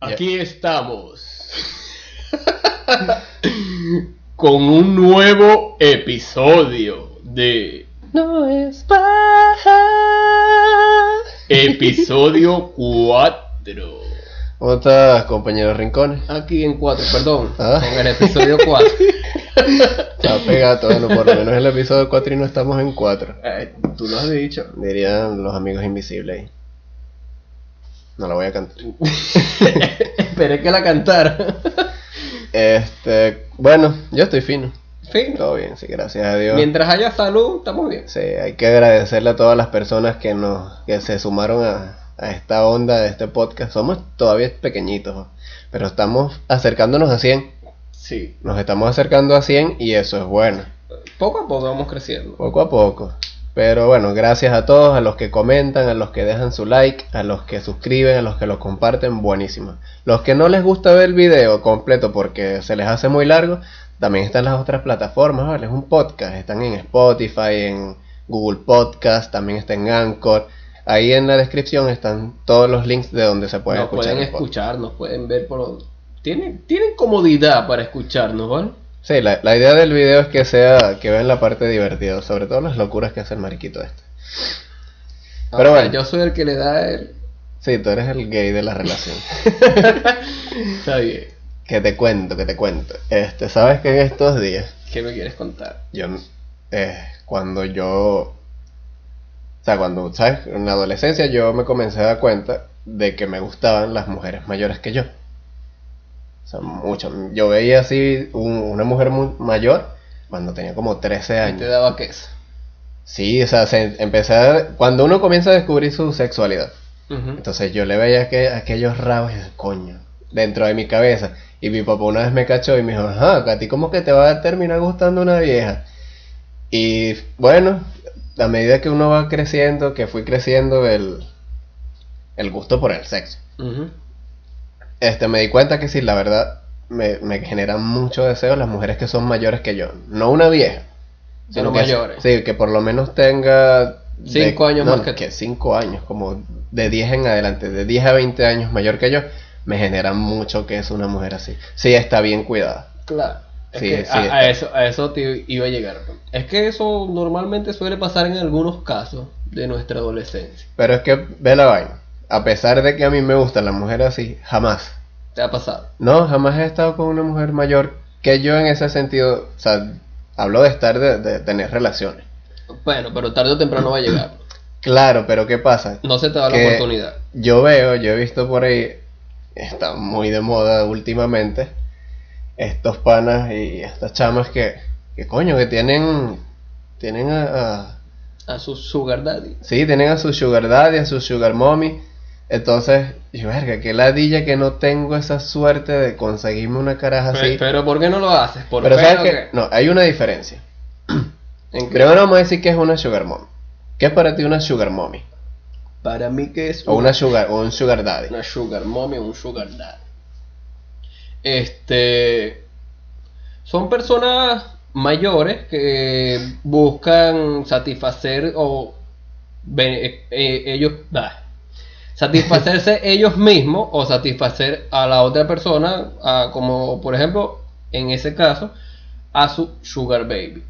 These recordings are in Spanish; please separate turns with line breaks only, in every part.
Aquí estamos con un nuevo episodio de
No es paja.
episodio 4.
¿Cómo estás, compañero Rincones?
Aquí en 4, perdón.
Ah.
En el episodio 4.
Está pegado, bueno, por lo menos el episodio 4 y no estamos en 4.
Eh, Tú lo has dicho.
Dirían los amigos invisibles ahí. No la voy a cantar.
Esperé que la cantara.
Este, bueno, yo estoy fino.
Sí.
Todo bien, sí, gracias a Dios.
Mientras haya salud, estamos bien.
Sí, hay que agradecerle a todas las personas que nos que se sumaron a, a esta onda de este podcast. Somos todavía pequeñitos, pero estamos acercándonos a 100.
Sí.
Nos estamos acercando a 100 y eso es bueno.
Poco a poco vamos creciendo.
Poco a poco. Pero bueno, gracias a todos, a los que comentan, a los que dejan su like, a los que suscriben, a los que lo comparten, buenísimo. Los que no les gusta ver el video completo porque se les hace muy largo, también están las otras plataformas, ¿vale? Es un podcast, están en Spotify, en Google Podcast, también está en Anchor. Ahí en la descripción están todos los links de donde se puede
nos
escuchar.
pueden
el podcast.
escuchar, nos pueden ver por... Tienen, tienen comodidad para escucharnos, ¿vale?
Sí, la, la idea del video es que sea, que vean la parte divertida, sobre todo las locuras que hace el mariquito este. Pero
Ahora,
bueno.
Yo soy el que le da el...
Sí, tú eres el gay de la relación.
Está bien.
Que te cuento, que te cuento. Este, sabes que en estos días,
¿Qué me quieres contar?
yo, eh, cuando yo, o sea, cuando, ¿sabes? En la adolescencia yo me comencé a dar cuenta de que me gustaban las mujeres mayores que yo. O sea, mucho. Yo veía así un- una mujer mu- mayor cuando tenía como 13
Ahí te
años.
daba queso.
Sí, o sea, se, empecé a- cuando uno comienza a descubrir su sexualidad.
Ujú.
Entonces yo le veía que, aquellos rabos y yo, coño, dentro de mi cabeza. Y mi papá una vez me cachó y me dijo, ajá, a ti como que te va a terminar gustando una vieja. Y bueno, a medida que uno va creciendo, que fui creciendo el, el gusto por el sexo.
Ujú.
Este, me di cuenta que sí, la verdad, me, me generan mucho deseo las mujeres que son mayores que yo. No una vieja.
Pero
que-
mayores.
Sí, que por lo menos tenga... de-
Cinco años
no,
más que tú.
cinco años, como de 10 en adelante, de 10 a 20 años mayor que yo, me genera mucho que es una mujer así. Sí, está bien cuidada.
Claro. Es
Sí,
que
sí,
a, a
está.
eso, a eso te iba a llegar. Es que eso normalmente suele pasar en algunos casos de nuestra adolescencia.
Pero es que, ve la vaina, a pesar de que a mí me gusta la mujer así, jamás.
¿Te ha pasado?
No, jamás he estado con una mujer mayor que yo en ese sentido, o sea, hablo de estar, de- de tener relaciones.
Bueno, pero tarde o temprano va a llegar.
Claro, pero ¿qué pasa?
No se te da la
Que-
oportunidad.
Yo veo, yo he visto por ahí, está muy de moda últimamente, estos panas y estas chamas que, que coño, que tienen, tienen a, a-
A su sugar daddy.
sí, tienen a su sugar daddy, a su sugar mommy, entonces, yo, verga, qué ladilla que no tengo esa suerte de conseguirme una caraja
Pe-
así.
Pero, ¿por qué no lo haces? ¿Por
Ah, Pero
pena
sabes
o
que,
qué?
no, hay una diferencia.
¿En qué?
Primero vamos a decir que es una sugar mom. ¿Qué es para ti una sugar mommy?
Para mí que es
O una sugar, o un sugar daddy.
una sugar mommy o un sugar daddy. Este son personas mayores que buscan satisfacer o be- eh, eh, ellos bah, satisfacerse ellos mismos o satisfacer a la otra persona, a- como por ejemplo en ese caso a su sugar baby.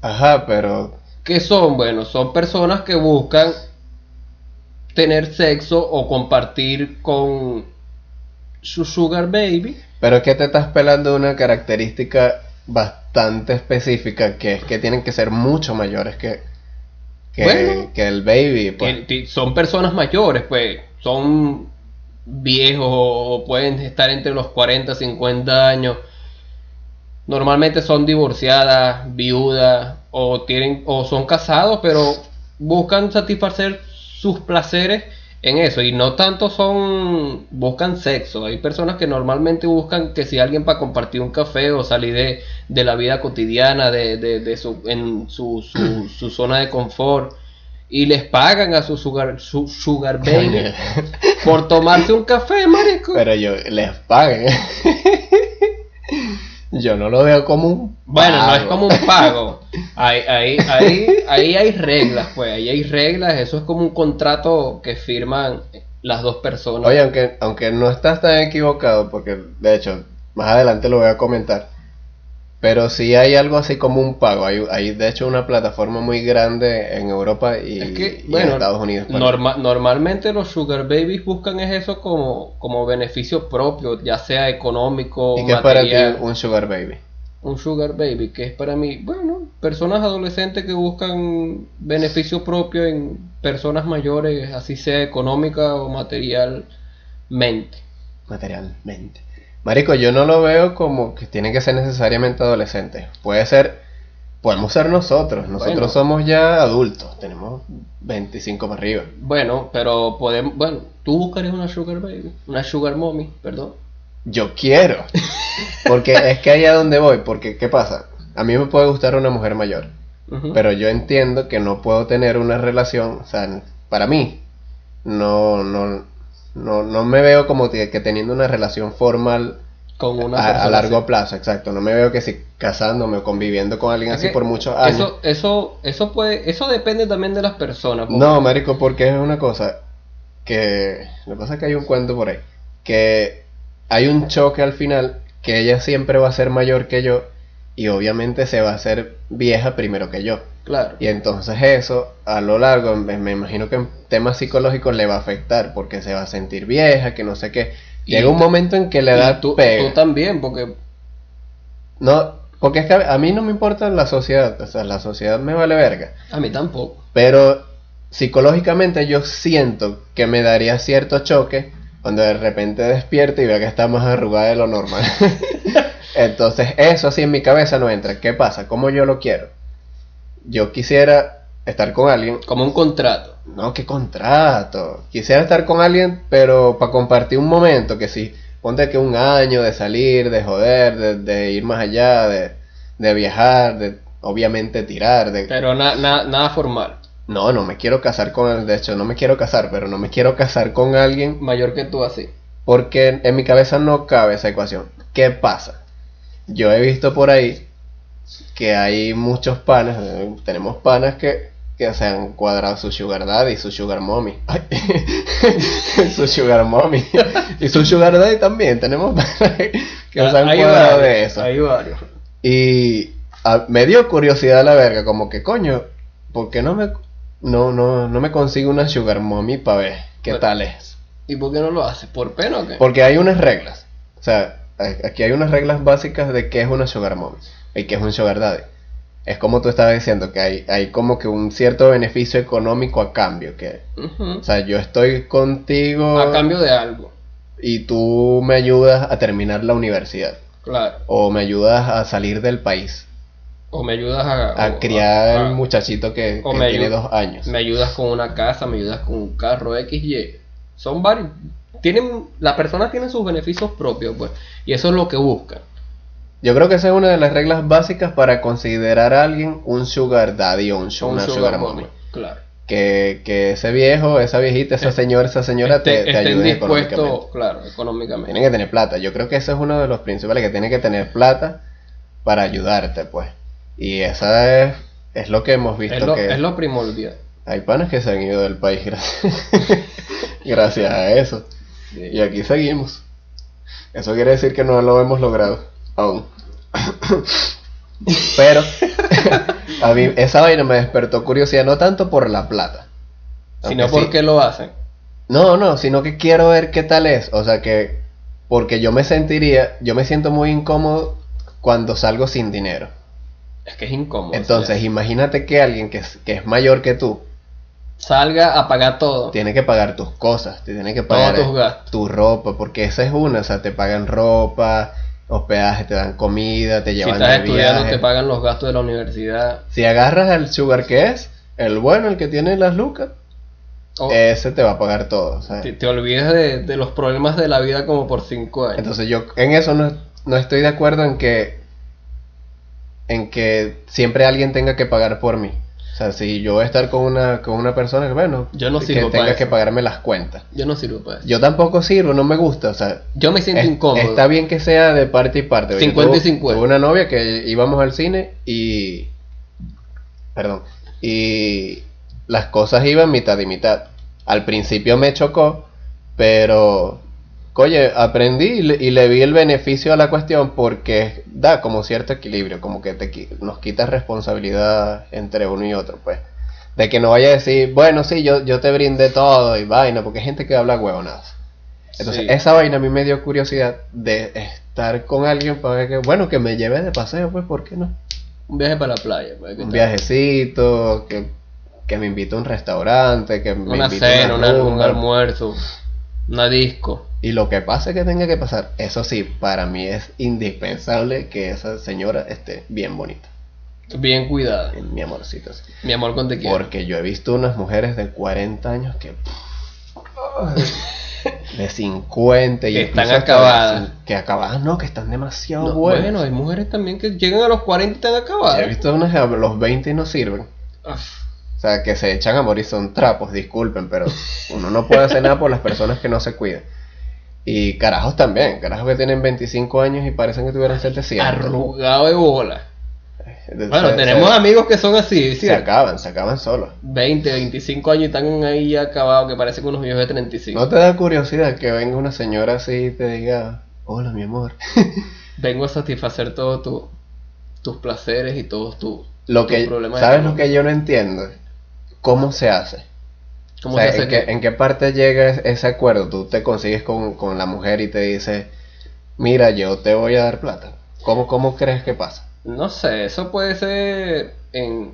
Ajá, pero
¿Qué son? Bueno, son personas que buscan tener sexo o compartir con su sugar baby.
Pero es que te estás pelando una característica bastante específica, que es que tienen que ser mucho mayores que, que,
Bueno.
que el baby. pues.
Que- que son personas mayores, pues, son viejos o pueden estar entre los 40, 50 años. Normalmente son divorciadas, viudas o tienen o son casados, pero buscan satisfacer sus placeres en eso y no tanto son buscan sexo. Hay personas que normalmente buscan que si alguien para compartir un café o salir de, de la vida cotidiana de, de- de su en su, su- su zona de confort y les pagan a su sugar su sugar baby por tomarse un café, marico.
Pero yo les paguen. yo no lo veo como un
Bueno, no es
pago.
como un pago. Ahí, ahí, ahí, ahí hay reglas, pues. Ahí hay reglas. Eso es como un contrato que firman las dos personas.
Oye, aunque, aunque no estás tan equivocado, porque de hecho, más adelante lo voy a comentar. Pero sí hay algo así como un pago. Hay, hay de hecho una plataforma muy grande en Europa y,
Es que,
y en
bueno,
Estados Unidos. pues. para-
norma- normalmente los sugar babies buscan es eso como, como beneficio propio, ya sea económico,
¿Y qué es para ti
material.
un sugar baby?
un sugar baby, que es para mí, bueno, personas adolescentes que buscan beneficio propio en personas mayores, así sea económica o materialmente.
Materialmente. Marico, yo no lo veo como que tiene que ser necesariamente adolescentes. Puede ser, podemos ser nosotros. Nosotros
Bueno.
somos ya adultos. Tenemos 25 para arriba.
Bueno, pero podemos, bueno, tú buscarías una sugar baby, una sugar mommy, perdón.
Yo quiero. Porque es que ahí a donde voy. Porque, ¿qué pasa? A mí me puede gustar una mujer mayor.
Ujú.
Pero yo entiendo que no puedo tener una relación, o sea, para mí, no, no, no, no me veo como que, que teniendo una relación formal
con una
a, a
persona
largo
así.
plazo, exacto. No me veo que si casándome o conviviendo con alguien
Es
así
que
por muchos años.
Eso, eso, eso puede, eso depende también de las personas. porque-
No, marico, porque es una cosa que... Lo que pasa es que hay un cuento por ahí. Que hay un choque al final, que ella siempre va a ser mayor que yo y obviamente se va a hacer vieja primero que yo.
Claro.
Y entonces eso, a lo largo, me me imagino que en temas psicológicos le va a afectar porque se va a sentir vieja, que no sé qué.
Y
Llega un
ta-
momento en que la
Y
edad
tú,
pega.
tú también, porque
No, porque es que a a mí no me importa la sociedad, o sea, la sociedad me vale verga.
a mí tampoco.
Pero psicológicamente yo siento que me daría cierto choque cuando de repente despierte y vea que está más arrugada de lo normal. Entonces eso así en mi cabeza no entra. ¿Qué pasa? ¿Cómo yo lo quiero? Yo quisiera estar con alguien
Como un contrato.
no, qué contrato. Quisiera estar con alguien, pero para compartir un momento, que sí, ponte que un año de salir, de joder, de, de ir más allá, de, de viajar, de obviamente tirar, de...
Pero na- na- nada formal.
No, no me quiero casar con alguien, de hecho, no me quiero casar, pero no me quiero casar con alguien
Mayor que tú así.
porque en, en mi cabeza no cabe esa ecuación. ¿Qué pasa? Yo he visto por ahí que hay muchos panas, eh, tenemos panas que, que se han cuadrado su sugar daddy y su sugar mommy. Ay, su sugar mommy. y su sugar daddy también, tenemos panas que se han
Ah, Hay
cuadrado
varios,
de eso.
Hay varios.
Y a- me dio curiosidad la verga, como que coño, ¿por qué no me, no, no, no me consigo una sugar mommy para ver qué
Pero-
tal es?
¿Y por qué no lo haces? ¿Por pena o qué?
Porque hay unas reglas. O sea, a- aquí hay unas reglas básicas de qué es una sugar mommy y qué es un sugar daddy. Es como tú estabas diciendo, que hay, hay como que un cierto beneficio económico a cambio. Que,
Ujú.
o sea, yo estoy contigo
A cambio de algo.
y tú me ayudas a terminar la universidad.
Claro.
O me ayudas a salir del país.
O me ayudas a.
A
o-
criar
a-
al muchachito que,
o
que
me
tiene
ayu-
dos años.
Me ayudas con una casa, me ayudas con un carro X, Y. Son varios. Tienen, las personas tienen sus beneficios propios, pues. Y eso es lo que buscan.
Yo creo que esa es una de las reglas básicas para considerar a alguien un sugar daddy o un, su-
Son
una sugar mommy.
Claro.
que, que ese viejo, esa viejita, esa señora, esa señora te,
este Estén-
te
estén
ayude económicamente.
dispuestos, claro, económicamente.
Tienen que tener plata. Yo creo que ese es uno de los principales, que tiene que tener plata para ayudarte, pues. Y esa es, es lo que hemos visto
Es lo,
que
es lo primordial.
hay panas que se han ido del país gracias, gracias a eso. Y aquí seguimos. Eso quiere decir que no lo hemos logrado aún. Pero a mí esa vaina me despertó curiosidad, no tanto por la plata.
Si no,
Aunque sí-
¿por qué lo hacen?
no, no, sino que quiero ver qué tal es. O sea que, porque yo me sentiría, yo me siento muy incómodo cuando salgo sin dinero.
Es que es incómodo.
Entonces,
o sea,
imagínate que alguien que es, que es mayor que tú
salga a pagar todo.
tiene que pagar tus cosas, te tiene que pagar eh,
Todos tus gastos.
tu ropa, porque esa es una, o sea, te pagan ropa, hospedaje, te dan comida, te
Si
llevan
estás
de
estudiando,
viaje.
te pagan los gastos de la universidad.
Si agarras al sugar que es, el bueno, el que tiene las lucas,
O
ese te va a pagar todo. o sea.
te, te olvidas de, de los problemas de la vida como por cinco años.
Entonces yo en eso no, no estoy de acuerdo en que en que siempre alguien tenga que pagar por mí. O sea, si yo voy a estar con una, con una persona, que, bueno,
Yo no
que
sirvo
tenga
para
que
eso.
pagarme las cuentas.
Yo no sirvo para eso.
Yo tampoco sirvo, no me gusta, o sea,
Yo me siento
es-
incómodo.
está bien que sea de parte y parte. Yo
50 y
tuve-
50.
Tuve una novia que íbamos al cine y perdón, y las cosas iban mitad y mitad. Al principio me chocó Pero, oye, aprendí y le, y le vi el beneficio a la cuestión porque da como cierto equilibrio, como que te, qui- nos quita responsabilidad entre uno y otro, pues. De que no vaya a decir, bueno, sí, yo, yo te brindé todo y vaina, porque hay gente que habla huevonadas. Entonces,
Sí.
esa vaina a mí me dio curiosidad de estar con alguien para ver que, bueno, que me lleve de paseo, pues, ¿por qué no?
Un viaje para la playa. pues, ¿qué
un
tal?
viajecito, que, que me invite a un restaurante, que me
Una
invite
cena,
a
una-
una
un
rumba.
almuerzo, una disco.
Y lo que pase que tenga que pasar, eso sí, para mí es indispensable que esa señora esté bien bonita,
Bien cuidada.
mi amorcito. sí.
Mi amor, con te quiero.
Porque yo he visto unas mujeres de 40 años que... De 50 y
Que están
incluso hasta de
acabadas.
cin- Que acabadas, no, que están demasiado
No,
buenas.
bueno, hay mujeres también que llegan a los 40 y están acabadas.
He visto unas que a los 20 y no sirven.
Uf,
O sea, que se echan a morir son trapos, disculpen, pero uno no puede hacer nada por las personas que no se cuidan. Y carajos también, carajos que tienen 25 años y parecen que tuvieran 700.
Arrugado de bola.
Entonces,
Bueno,
se-
tenemos
se,
amigos que son así,
se
¿cierto?
acaban, se acaban solos.
20, 25 años y están ahí acabados que parecen unos viejos de 35.
¿No te da curiosidad que venga una señora así y te diga, hola mi amor?
Vengo a satisfacer todos tu- tus placeres y todos tus...
Lo
Tu
que,
problema es
¿Sabes
que-
lo que yo no entiendo? ¿Cómo se hace?
¿Cómo
O sea,
se hace
¿en, qué,
que-
en qué parte llega es- ese acuerdo? Tú te consigues con, con la mujer y te dice, mira, yo te voy a dar plata. ¿Cómo, cómo crees que pasa?
No sé, eso puede ser en...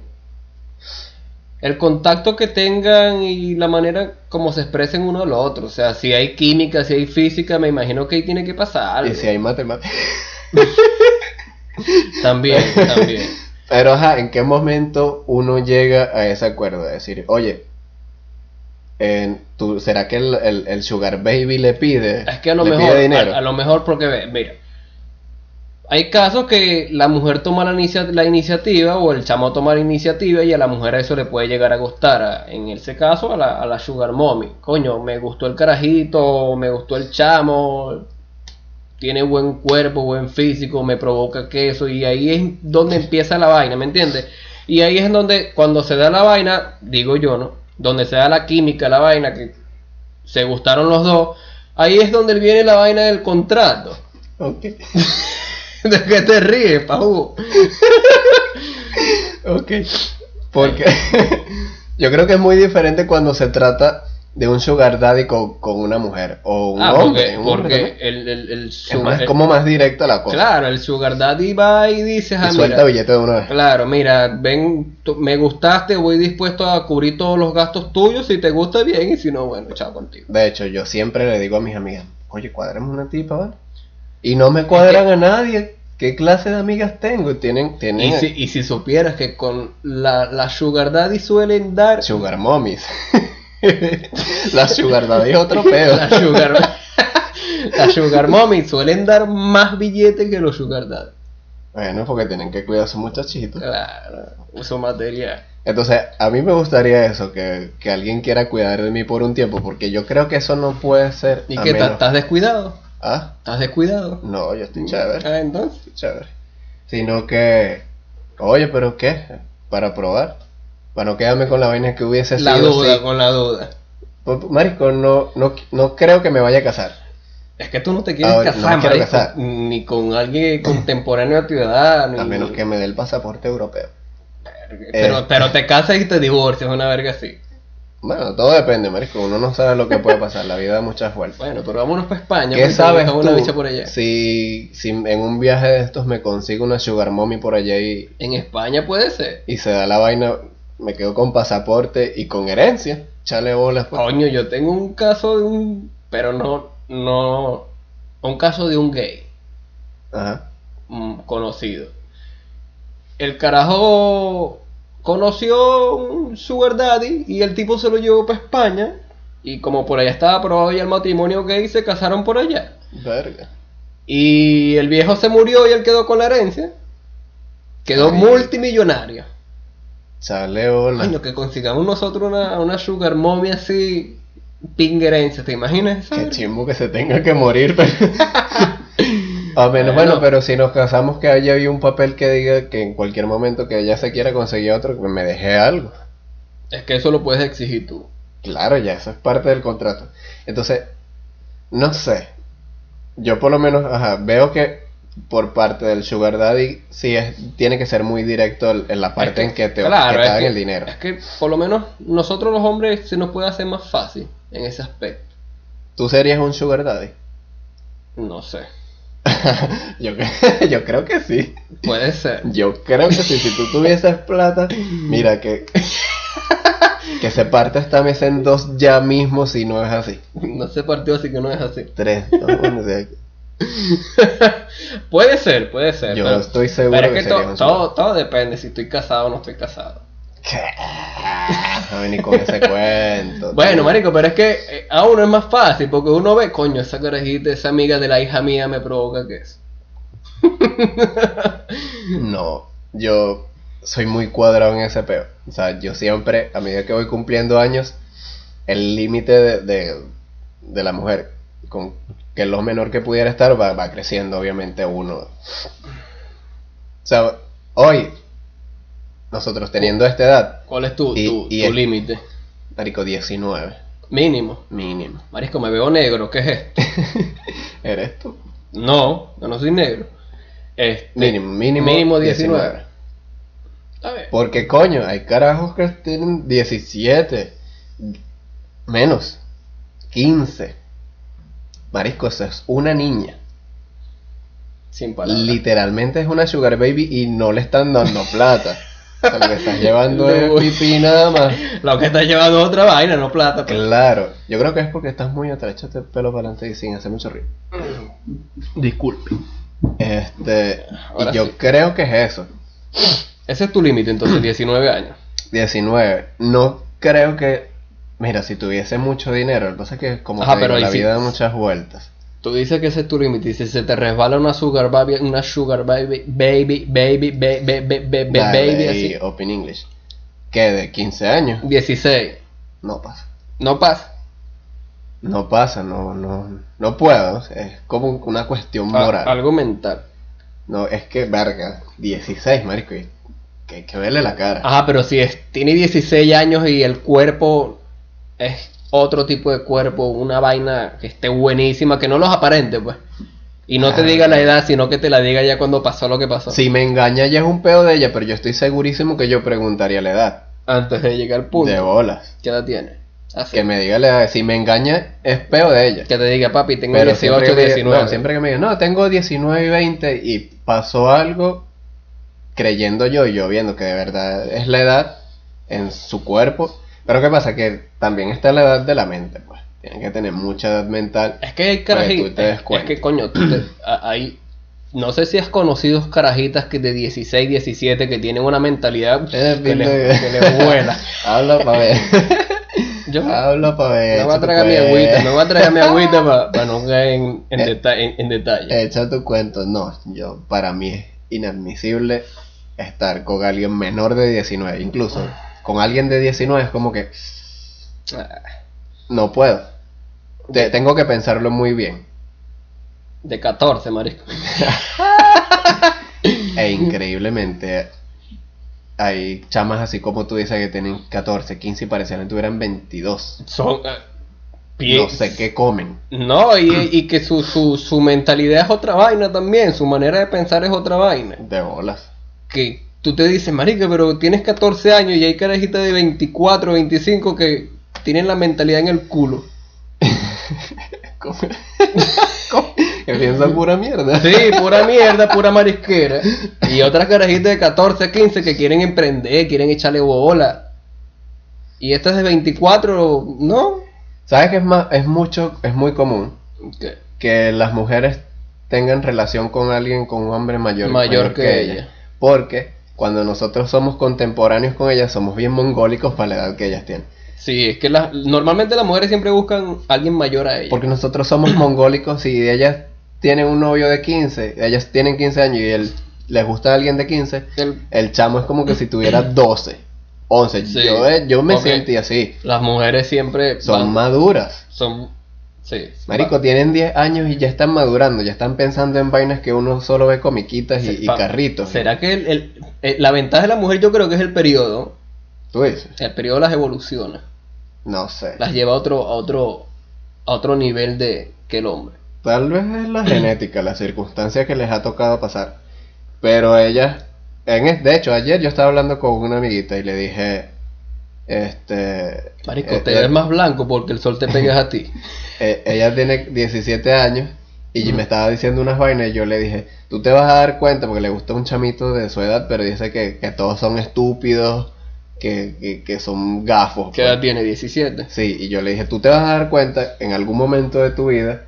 El contacto que tengan y la manera como se expresen uno al otro. O sea, si hay química, si hay física, me imagino que ahí tiene que pasar algo.
Y si hay matemáticas.
También, también.
Pero ajá, ¿en qué momento uno llega a ese acuerdo? De decir, oye, en- tú- ¿será que el, el- el Sugar Baby le pide,
Es que a lo
le pide
mejor,
dinero?
a, a lo mejor porque ve, mira, hay casos que la mujer toma la, inicia- la iniciativa o el chamo toma la iniciativa y a la mujer eso le puede llegar a gustar. a- en ese caso, a la, a la sugar mommy. Coño, me gustó el carajito, me gustó el chamo, tiene buen cuerpo, buen físico, me provoca queso y ahí es donde empieza la vaina, ¿me entiendes? Y ahí es donde, cuando se da la vaina, digo yo, ¿no? Donde se da la química, la vaina, que se gustaron los dos, ahí es donde viene la vaina del contrato.
Ok,
¿De qué te ríes, Pau?
ok. Porque yo creo que es muy diferente cuando se trata de un Sugar Daddy con, con una mujer o un
Ah,
hombre.
porque,
un hombre
porque
también.
el, el, el
es
sugar,
más, como más directa la cosa.
Claro, el sugar daddy va y dices, ah,
y suelta
mira,
billete de una vez.
claro, mira, ven, tú- me gustaste, voy dispuesto a cubrir todos los gastos tuyos, si te gusta bien, y si no, bueno, chao contigo.
De hecho, yo siempre le digo a mis amigas, oye, cuadremos una tipa, ¿vale? Y no me cuadran a nadie. ¿Qué clase de amigas tengo? Tienen,
Y
tienen
si, y si supieras que con la, la sugar daddy suelen dar...
sugar mommies. la sugar daddy es otro pedo.
La sugar, la sugar mommy suelen dar más billetes que los sugar daddy.
Bueno, porque tienen que cuidar a sus muchachitos.
Claro, uso material.
Entonces, a mí me gustaría eso, que, que alguien quiera cuidar de mí por un tiempo, porque yo creo que eso no puede ser...
¿Y
a
qué tal?
menos-
¿Estás descuidado?
Ah,
¿Estás descuidado?
no, yo estoy chévere.
Ah, entonces.
chévere. Sino que, oye, pero ¿qué? Para probar. Para no quedarme con la vaina que hubiese
La
sido.
duda,
sí.
con la duda.
Pues, Marico, no, no, no creo que me vaya a casar.
Es que tú no te quieres
Ahora, no
casar,
me quiero
marico,
casar.
ni con alguien contemporáneo a tu edad, ni-
A menos que me dé el pasaporte europeo.
Pero,
Eh.
pero te casas y te divorcias, una verga así.
Bueno, todo depende, Marico. Uno no sabe lo que puede pasar. La vida da muchas vueltas.
Bueno, pero vámonos para España.
¿Qué
porque
sabes
buscas
tú
una bicha por allá.
Si, si en un viaje de estos me consigo una sugar mommy por allá y,
En España puede ser.
y se da la vaina, me quedo con pasaporte y con herencia? Chale bolas. pues.
Coño, yo tengo un caso de un... Pero no, no... Un caso de un gay.
Ajá.
mm, conocido. El carajo conoció un sugar daddy y el tipo se lo llevó para España. Y como por allá estaba aprobado ya el matrimonio gay, se casaron por allá.
Verga.
Y el viejo se murió y él quedó con la herencia. Quedó
Ay.
multimillonario.
Chale bolas.
Coño, que consigamos nosotros una, una sugar mommy así, pingerencia, ¿te imaginas? esa
Qué
verga?
chimbo que se tenga que morir. pero- A menos, bueno,
Bueno.
pero si nos casamos que haya habido un papel que diga que en cualquier momento que ella se quiera conseguir otro, que me deje algo.
Es que eso lo puedes exigir tú.
Claro, ya eso es parte del contrato. Entonces, No sé. Yo por lo menos, ajá, veo que por parte del Sugar Daddy sí es, tiene que ser muy directo el- en la parte
que-
en que te,
claro,
que te
es
dan
que-
el dinero.
Es que por lo menos nosotros los hombres se nos puede hacer más fácil en ese aspecto.
¿Tú serías un Sugar Daddy?
No sé.
yo, cre- yo creo que sí.
Puede ser.
Yo creo que sí, si tú tuvieses plata, mira que. que se parte esta mesa en dos ya mismo si no es así.
No se partió así que no es así.
Tres, dos, uno, o sea,
Puede ser, puede ser.
Yo
pero,
estoy seguro
pero es
que
que,
sería
to-
un
todo, todo depende si estoy casado o no estoy casado.
A venir con ese cuento.
Bueno,
tío.
marico, pero es que eh, a uno es más fácil porque uno ve, coño, esa carajita, esa amiga de la hija mía me provoca que es.
No, yo soy muy cuadrado en ese peo. O sea, yo siempre, a medida que voy cumpliendo años, el límite de, de- de la mujer, con que lo menor que pudiera estar, va, va creciendo, obviamente, uno. O sea, hoy, nosotros teniendo esta edad,
¿Cuál es tu,
Y-
tu-
y
tu
es-
límite?
marico, 19,
Mínimo.
mínimo.
Marisco, me veo negro, ¿qué es esto?
¿Eres tú?
No, yo no soy negro. Este,
Mínimo, mínimo,
mínimo 19. Está bien.
Porque coño, hay carajos que tienen 17, menos, 15. Marisco, eso es una niña.
Sin palabras.
Literalmente es una sugar baby y no le están dando plata. O sea, lo que estás llevando
Luego.
es pipí nada más.
Lo que está llevando es otra vaina, no plata. pues.
Claro, yo creo que es porque estás muy atrás, de pelo para adelante y sin hacer mucho ruido.
Disculpe.
Este,
Ahora
y yo
sí.
creo que es eso.
Ese es tu límite, entonces, 19 años.
19. No creo que. Mira, si tuviese mucho dinero, lo que pasa es que como
Ajá,
te digo,
pero ahí
la
sí.
vida da muchas vueltas.
Tú dices que ese es tu límite y si se te resbala una sugar baby, una sugar baby, baby, baby, baby, baby, baby,
Dale,
baby,
y
así.
Open English. Que de 15 años.
Uh. 16.
No pasa.
No pasa.
No pasa, no, no, no puedo. Es como una cuestión
A-
moral.
Ah, algo mental.
No, es que, verga, 16, marico. y Que hay que verle la cara.
Ajá, pero si es, tiene 16 años y el cuerpo es otro tipo de cuerpo, una vaina que esté buenísima, que no los aparente, pues. Y no te
Ah.
diga la edad, sino que te la diga ya cuando pasó lo que pasó.
Si me engaña ya es un pedo de ella, pero yo estoy segurísimo que yo preguntaría la edad.
Antes de llegar al punto.
De bolas.
¿Qué edad tiene? Así.
Que me diga la edad. Si me engaña es peo de ella.
Que te diga, papi, tengo
Pero
18,
siempre que me-
19.
no, siempre que me digan, no, tengo 19 y 20 y pasó algo creyendo yo y yo viendo que de verdad es la edad en su cuerpo. Pero ¿qué pasa? Que también está la edad de la mente, pues. Tienen que tener mucha edad mental.
Es que hay
Para que Pues,
carajitas.
tú te des
es- es
cuenta.
que coño, tú te- a- hay. No sé si has conocido carajitas que de 16, 17 que tienen una mentalidad
Eh,
que les
pinta-
que les vuela.
Habla para ver.
Yo me
Habla para
voy
ver.
a
echa tu
tragar mi
cuen-
agüita, me voy a tragar mi agüita para no caer en, en
Eh,
deta- en- en detalle.
Echa tu cuento. No, yo, para mí es inadmisible estar con alguien menor de 19. Incluso con alguien de 19 es como que.
Ah,
No puedo. Te- tengo que pensarlo muy bien.
De 14, marisco.
E increíblemente hay chamas así como tú dices que tienen 14, 15 y parecían que tuvieran 22.
Son. eh, pie-
No sé qué comen.
No, y, y que su, su, su mentalidad es otra vaina también, su manera de pensar es otra vaina.
De bolas.
que tú te dices, marica, pero tienes 14 años y hay carajitas de 24, 25 que tienen la mentalidad en el culo.
Comen- comen- que piensan pura mierda.
Sí, pura mierda, pura marisquera. Y otras carajitas de 14, 15 que quieren emprender, quieren echarle bola. Y estas de 24, ¿no?
¿Sabes que es, más, es mucho, es muy común
que
que las mujeres tengan relación con alguien, con un hombre mayor,
Mayor que ella.
Porque cuando nosotros somos contemporáneos con ellas, somos bien mongólicos para la edad que ellas tienen.
Sí, es que las, normalmente las mujeres siempre buscan a alguien mayor a ella.
Porque nosotros somos mongólicos y ellas tienen un novio de 15, ellas tienen 15 años y él, les gusta a alguien de 15,
El-
el chamo es como que si tuviera 12, 11.
Sí.
Yo, eh, yo me
Ok.
sentí así.
las mujeres siempre
Son
van-
maduras.
son sí,
Marico,
van-
tienen 10 años y ya están madurando, ya están pensando en vainas que uno solo ve comiquitas y, y
Pa-
carritos.
¿Será que el- el- el- la ventaja de la mujer yo creo que es el periodo?
¿Tú dices?
El periodo las evoluciona,
No sé.
las lleva a otro, a otro, a otro nivel de, que el hombre.
Tal vez es la genética, la circunstancia que les ha tocado pasar. Pero ellas, en es- de hecho, ayer yo estaba hablando con una amiguita y le dije, este,
Marico,
eh,
te
eh,
ves más blanco porque el sol te pegas a ti.
eh, ella tiene 17 años y me estaba diciendo unas vainas y yo le dije, tú te vas a dar cuenta porque le gusta un chamito de su edad, pero dice que, que todos son estúpidos, que, que, que son gafos.
¿Qué
pues".
edad tiene? 17.
Sí, y yo le dije, tú te vas a dar cuenta en algún momento de tu vida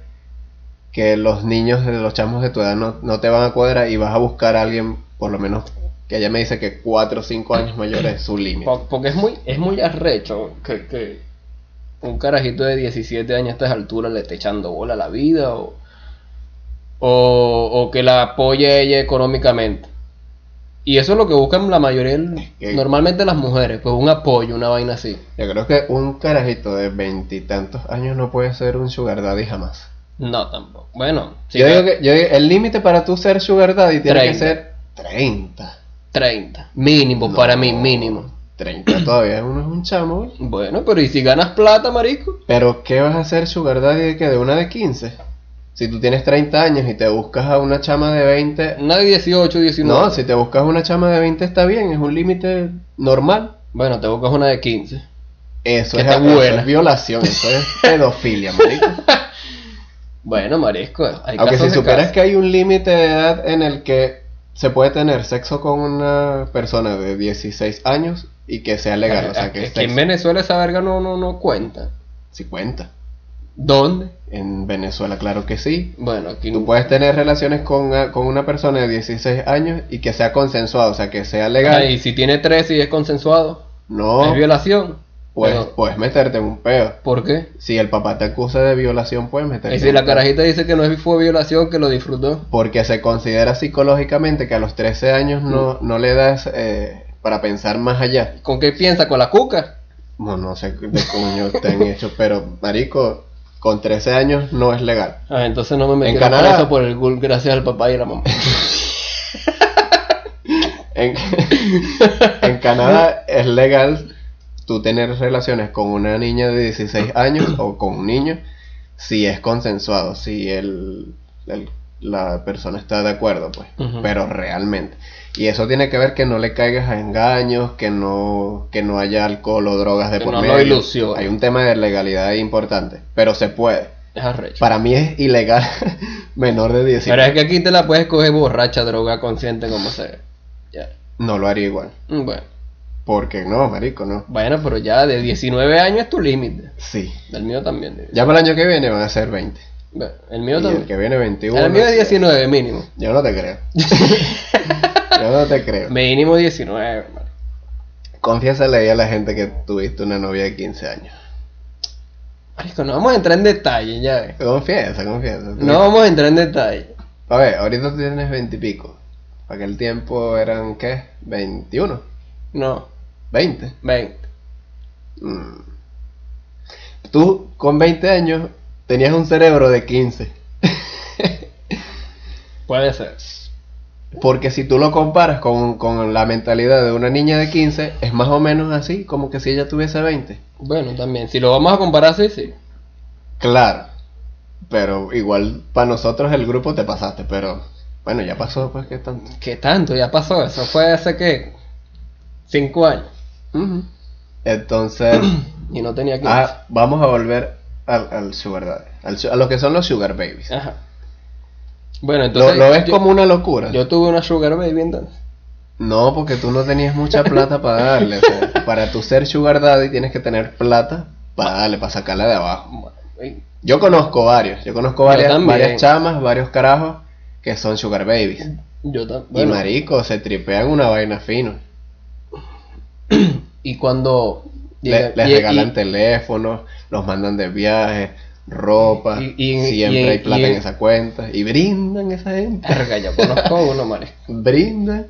que los niños de los chamos de tu edad no, no te van a cuadrar y vas a buscar a alguien, por lo menos, que ella me dice que 4 o 5 años mayor es su límite.
Po- Porque es muy, es muy arrecho que, que un carajito de 17 años a estas alturas le esté echando bola a la vida o, o, o que la apoye ella económicamente. Y eso es lo que buscan la mayoría, del-
que-
normalmente las mujeres, pues un apoyo, una vaina así.
Yo creo que un carajito de veintitantos años no puede ser un sugar daddy jamás.
No, tampoco. Bueno, si
yo
te-
digo que yo digo, el límite para tú ser sugar daddy tiene que
30.
ser 30.
30. Mínimo,
No,
para mí, mínimo.
30 todavía uno es un chamo. ¿eh?
Bueno, pero ¿y si ganas plata, marico?
Pero ¿qué vas a hacer sugar daddy de que de una de 15? Si tú tienes 30 años y te buscas a una chama de 20,
Una de 18, 19.
no, si te buscas una chama de 20 está bien, es un límite normal.
Bueno, te buscas una de 15.
Eso
Que
es,
está
abuso,
buena.
es violación, eso es pedofilia, marico.
Bueno, marisco, hay
Aunque
casos de
si supieras
casos.
que hay un límite de edad en el que se puede tener sexo con una persona de 16 años y que sea legal, o sea que
Aquí
es
en
sexo.
Venezuela esa verga no, no, no cuenta.
50.
¿Dónde?
En Venezuela, claro que sí.
Bueno, aquí
Tú puedes tener relaciones con, a- con una persona de 16 años y que sea consensuado, o sea, que sea legal.
Ah, Y si tiene 13 y es consensuado,
no,
es violación.
pues
Pero,
puedes meterte en un peo.
¿Por qué?
Si el papá te acusa de violación, puedes meterte
Y
en
si
un
la
peo.
carajita dice que no es- fue violación, que lo disfrutó.
Porque se considera psicológicamente que a los 13 años no, no le das eh, para pensar más allá.
¿Con qué piensa? ¿Con la cuca?
Bueno, no sé de coño te han hecho, pero marico, con 13 años no es legal.
Ah, entonces no me metí
Canadá-
eso por el gul gracias al papá y la mamá.
En, en Canadá es legal tú tener relaciones con una niña de 16 años o con un niño si es consensuado, si el, el- la persona está de acuerdo, pues,
Ujú.
pero realmente. Y eso tiene que ver que no le caigas a engaños, que no, que no haya alcohol o drogas de
Que
por
no lo
medio.
ilusiones.
Hay un tema de legalidad ahí importante, pero se puede.
Es arrecho.
Para mí es ilegal menor de 18.
Pero es que aquí te la puedes coger borracha, droga, consciente, como sea. Ya.
No lo haría igual.
Mm, Bueno,
Porque no, marico, no.
bueno, pero ya de 19 años es tu límite.
Sí.
El mío también. digo.
Ya para el año que viene van a ser 20.
Bueno, el
Y
mío
el que
también.
viene 21.
El mío es
sí.
19 mínimo.
Yo no te creo. Yo no te creo.
Mínimo 19, hermano.
Confiésale ahí a la gente que tuviste una novia de 15 años.
Marico, no vamos a entrar en detalle, ya ves.
Confiesa, confiesa.
No vamos a entrar en detalle.
A ver, ahorita tú tienes 20 y pico. Aquel tiempo eran, ¿qué? 21.
No,
20.
20.
Mm. Tú con 20 años tenías un cerebro de 15.
Puede ser.
Porque si tú lo comparas con, con la mentalidad de una niña de 15, es más o menos así, como que si ella tuviese 20.
Bueno, también. Si lo vamos a comparar así, sí.
Claro, pero igual para nosotros el grupo te pasaste, pero bueno, ya pasó, pues que tanto.
¿Qué tanto? Ya pasó. Eso fue hace que 5 años.
Ujú. Entonces,
Y no tenía 15.
ah, vamos a volver al, al Sugar Daddy, al su- a lo que son los Sugar Babies.
Ajá. Bueno,
¿Lo,
Ah, entonces.
lo ves
yo-
como una locura?
Yo tuve una Sugar Baby entonces.
No, porque tú no tenías mucha plata para darle. o sea, para tu ser Sugar Daddy tienes que tener plata para darle, para sacarla de abajo.
Y-
Yo conozco varios, yo conozco
Yo
varias,
también.
varias chamas, varios carajos que son sugar babies.
Yo también.
Y marico, se tripean una vaina fino.
y cuando.
Le-
llega-
les
y-
regalan
y-
teléfonos, los mandan de viaje, ropa,
Y- y- y-
siempre
y-
hay plata
y-
en esa cuenta. Y brindan esa gente.
Verga, yo conozco uno, marisco.
Brindan.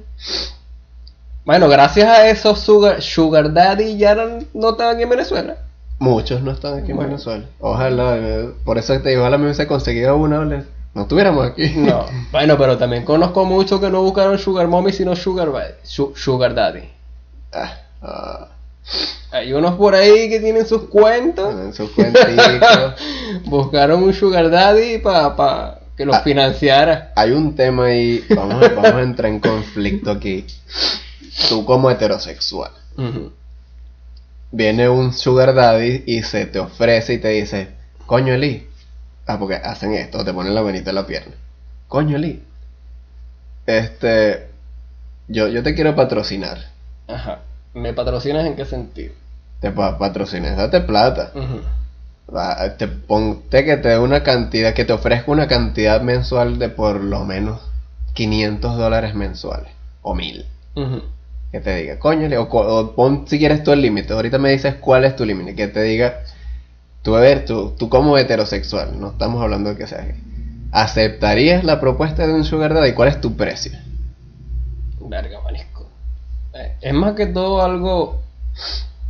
Bueno, gracias a esos Sugar, sugar Daddy ya no, no estaban aquí en Venezuela.
Muchos no están aquí en
Bueno.
Venezuela. Ojalá, eh, por eso te digo, ojalá me hubiese conseguido uno, le- no estuviéramos aquí.
No. bueno, pero también conozco muchos que no buscaron Sugar Mommy, sino Sugar, ba- su- sugar Daddy.
Ah, ah.
Hay unos por ahí que tienen sus cuentas.
En sus cuenticos.
Buscaron un sugar daddy para pa que los
Ah.
financiara.
Hay un tema ahí, vamos, a- vamos a entrar en conflicto aquí. Tú como heterosexual,
Ujú.
viene un sugar daddy y se te ofrece y te dice, coño Eli, ah, porque hacen esto, te ponen la manita en la pierna. Coño Eli, este, yo, yo te quiero patrocinar,
Ajá. ¿Me patrocinas en qué sentido?
te pa- patrocinas, date plata.
Ujú.
Va, Te ponte que te dé una cantidad, que te ofrezca una cantidad mensual de por lo menos 500 dólares mensuales o 1000.
Ujú.
Que te diga, coño, o, cu- o pon si quieres tú el límite. Ahorita me dices cuál es tu límite. Que te diga, tú a ver, tú, tú como heterosexual, no estamos hablando de que seas gay. ¿Aceptarías la propuesta de un sugar daddy? ¿Cuál es tu precio?
Verga, marisco. Eh, Es más que todo algo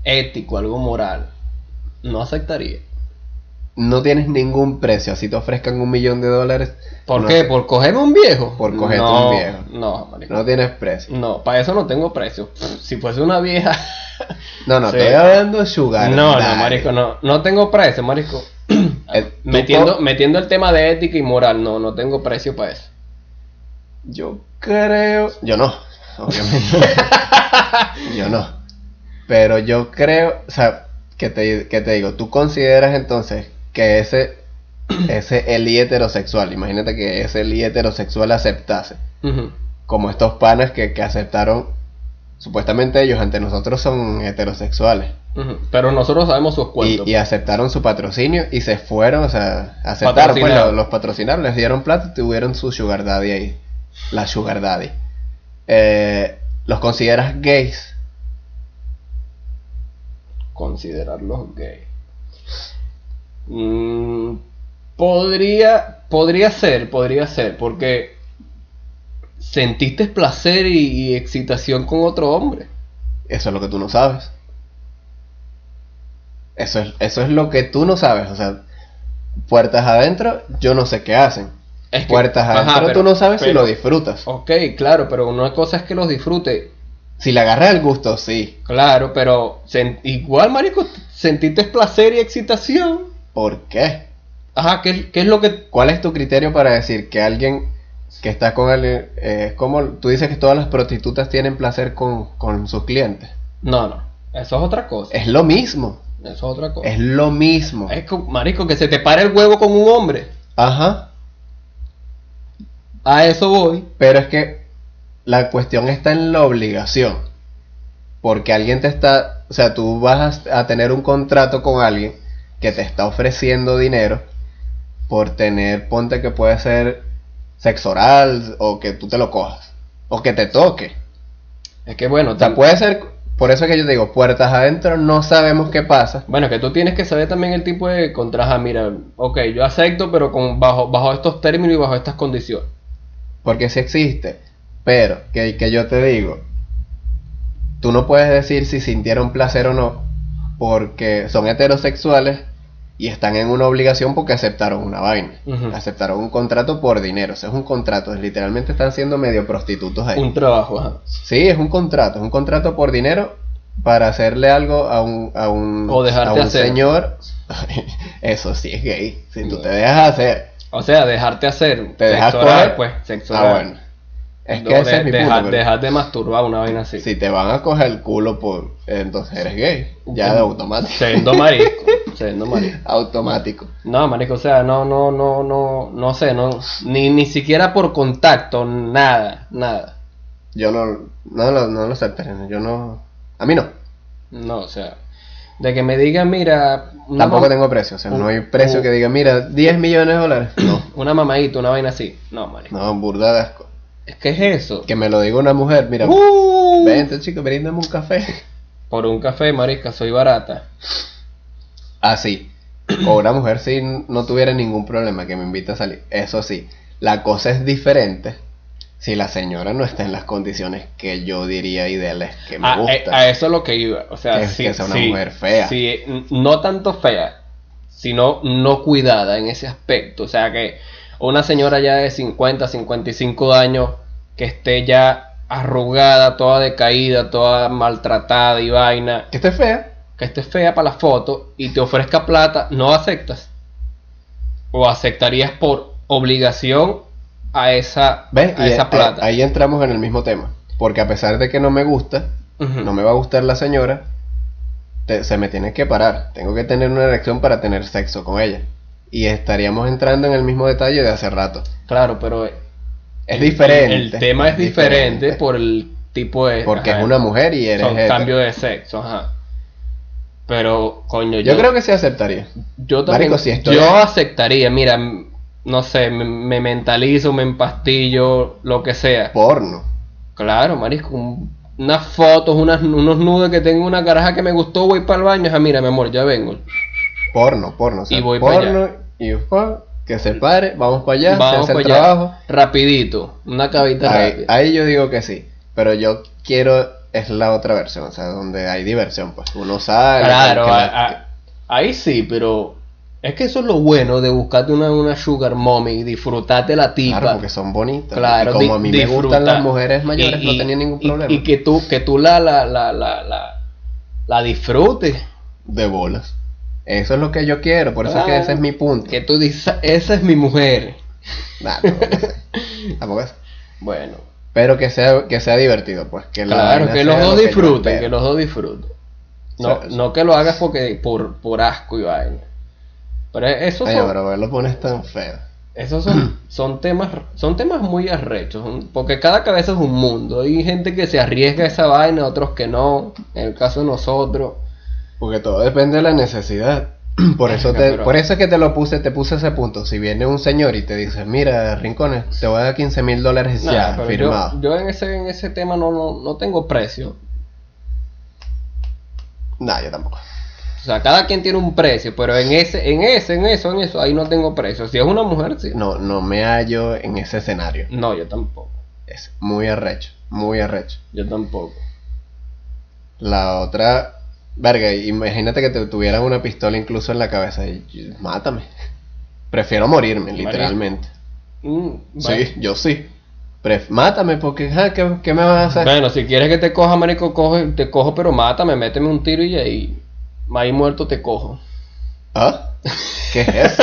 ético, algo moral. No aceptaría.
No tienes ningún precio. Así te ofrezcan un millón de dólares.
¿Por
no-
qué? ¿Por cogerme un viejo?
Por cogerte
No,
un viejo.
No, marisco.
No tienes precio.
No, para eso no tengo precio. Si fuese una vieja.
No, no,
Sí.
estoy hablando de sugar
No, no,
daddy. Eh,
marico, no. No tengo precio, marico.
El-
metiendo,
tú-
metiendo el tema de ética y moral, no, no tengo precio para eso.
Yo creo. Yo no, obviamente. yo no. Pero yo creo. O sea, que te, que te digo, tú consideras entonces que ese. Ese Eli heterosexual, imagínate que ese Eli heterosexual aceptase.
Ujú.
Como estos panas que, que aceptaron. Supuestamente ellos ante nosotros son heterosexuales.
Ujú. Pero nosotros sabemos sus
Y,
cuentos.
y aceptaron su patrocinio y se fueron, o sea, aceptaron, pues
Patrocinaron.
lo- los patrocinaron, les dieron plata y tuvieron su sugar daddy ahí. La sugar daddy. Eh, ¿Los consideras gays?
Considerarlos gay. Mm, podría, podría ser, podría ser, porque sentiste placer y, y excitación con otro hombre.
Eso es lo que tú no sabes. Eso es, eso es lo que tú no sabes, o sea, puertas adentro, yo no sé qué hacen.
Es que-
Puertas
Ajá,
adentro,
pero-
tú no sabes si
pero-
lo disfrutas.
Ok, claro, pero una cosa es que los disfrute
Si le agarras el gusto, sí.
Claro, pero sen- igual, marico, sentiste placer y excitación.
¿Por qué?
Ajá, ¿qué, qué es lo que...?
¿Cuál es tu criterio para decir que alguien que está con alguien, eh, es como tú dices que todas las prostitutas tienen placer con, con sus clientes?
No, no, eso es otra cosa.
Es lo mismo,
Eso es otra cosa.
es lo mismo.
Es como, marico, que se te pare el huevo con un hombre.
Ajá,
A eso voy.
pero es que la cuestión está en la obligación. Porque alguien te está, o sea, tú vas a, a tener un contrato con alguien que te está ofreciendo dinero por tener, ponte que puede ser sexo oral o que tú te lo cojas o que te toque.
Es que, bueno,
O sea,
tam-
puede ser, por eso es que yo te digo, puertas adentro no sabemos qué pasa.
Bueno, que tú tienes que saber también el tipo de contraja. Mira, ok, yo acepto, pero con bajo, bajo estos términos y bajo estas condiciones.
Porque sí existe. Pero, que, que yo te digo, tú no puedes decir si sintieron placer o no, porque son heterosexuales y están en una obligación porque aceptaron una vaina.
Ujú.
Aceptaron un contrato por dinero, o sea, es un contrato, es literalmente están siendo medio prostitutos ahí.
Un trabajo, ajá.
Sí, es un contrato, es un contrato por dinero para hacerle algo a un, a un,
O dejarte
a un
hacer.
señor. Eso sí es gay. Si tú
No.
te dejas hacer,
O sea, dejarte hacer.
te dejas
sexo oral,
coger.
pues, sexo
ah,
oral.
bueno. Es que
No,
ese
de-
es mi
dejar-
punto. pero
dejar de masturbar una vaina así.
Si te van a coger el culo, por, entonces eres gay. Ya de automático.
Siendo marisco, siendo marisco.
Automático.
No, marico, o sea, no, no, no, no, no sé, no, ni, ni siquiera por contacto, nada, nada.
Yo no, no, lo- no lo aceptaría. Yo no. A mí no.
No, o sea, de que me digan, mira, una,
Tampoco
mam-
tengo precio. O sea,
Un-
no hay precio
un-
que diga, mira, 10 millones de dólares. No.
una mamadita, una vaina así. No, marico,
No, burda de asco.
es que es eso.
Que me lo diga una mujer, mira.
Uh,
Vente, chico, brindame un café.
por un café, marica, soy barata.
Así. Ah, O una mujer si no tuviera ningún problema que me invite a salir. Eso sí, la cosa es diferente si la señora no está en las condiciones que yo diría ideales que me
A, eh,
gustan.
a eso es lo que iba, o sea,
Que-
sí,
que sea una
sí,
mujer fea.
sí, n- no tanto fea, sino no cuidada en ese aspecto, o sea, que una señora ya de 50, 55 años que esté ya arrugada, toda decaída, toda maltratada y vaina,
Que esté fea.
que esté fea para la foto y te ofrezca plata, no aceptas. O aceptarías por obligación a esa,
¿Ves?
a
Y este,
esa
a-
plata.
Ahí entramos en el mismo tema. Porque a pesar de que no me gusta,
Ujú.
no me va a gustar la señora, te- se me tiene que parar. Tengo que tener una erección para tener sexo con ella. Y estaríamos entrando en el mismo detalle de hace rato.
Claro, pero
Es diferente.
El, tema es diferente, por el tipo de.
Porque
ajá,
es una mujer y eres
Son
hetero.
cambios de sexo, ajá. Pero, coño,
Yo creo que sí aceptaría.
yo también.
Marico, si estoy-
Yo aceptaría, mira, m- no sé, me, me mentalizo, me empastillo, lo que sea.
Porno.
Claro, marisco, un- unas fotos, unas, unos nudos que tengo una caraja que me gustó, voy para el baño, ah, mira, mi amor, ya vengo.
Porno, porno. O sea,
Y voy pa'
porno y ujú, que se pare, vamos para allá,
Vamos
se hace
pa'
el
allá.
trabajo.
Rapidito, una cabita
Ahí,
rápida.
ahí yo digo que sí. Pero yo quiero es la otra versión, o sea, donde hay diversión, pues uno sale.
Claro,
que
a-
la-
a- ahí sí, pero es que eso es lo bueno de buscarte una, una sugar mommy, disfrutarte la tipa.
claro, porque son bonitas.
Claro,
y como
di-
a mí me
disfruta.
gustan las mujeres mayores,
Y-
no
y-
tenía ningún
y-
problema.
Y, que tú, que tú la, la, la, la, la, la disfrutes.
De bolas. Eso es lo que yo quiero, por eso es que
Claro.
ese es mi punto.
Que tú dices, esa es mi mujer.
Nah, no, no sé. Tampoco es. Bueno. Pero que sea, que sea divertido, pues. Que la
claro,
vaina
que
sea
los
lo
dos
yo
disfruten,
espero.
que los dos disfruten. No,
O sea,
no que lo hagas porque por, por asco y vaina. Pero eso
Oye,
son-
pero lo pones tan feo.
Esos son, son temas son temas muy arrechos, un- porque cada cabeza es un mundo. Hay gente que se arriesga a esa vaina, otros que no. En el caso de nosotros,
Porque todo depende de la necesidad. Por eso,
Verga,
te,
pero-
por eso es que te lo puse, te puse ese punto. Si viene un señor y te dice, mira, Rincones, te voy a dar 15 mil dólares
Nada,
ya,
pero
firmado.
yo, yo en ese en ese tema no, no, no tengo precio.
Nah, yo tampoco.
O sea, cada quien tiene un precio, pero en ese en ese en eso en eso ahí no tengo precio. Si es una mujer, sí.
No, no me hallo en ese escenario.
No, yo tampoco.
Es muy arrecho, muy arrecho.
Yo tampoco.
La otra, verga, imagínate que te tuvieran una pistola incluso en la cabeza y y- mátame. Prefiero morirme,
Marico.
literalmente.
Mm,
Sí, yo sí. Pref- mátame porque, ja, ¿qué, qué me vas a hacer?
bueno. Bueno, si quieres que te coja, marico, coge, te cojo, pero mátame, méteme un tiro y ahí ahí muerto te cojo.
¿Ah? ¿Qué es eso?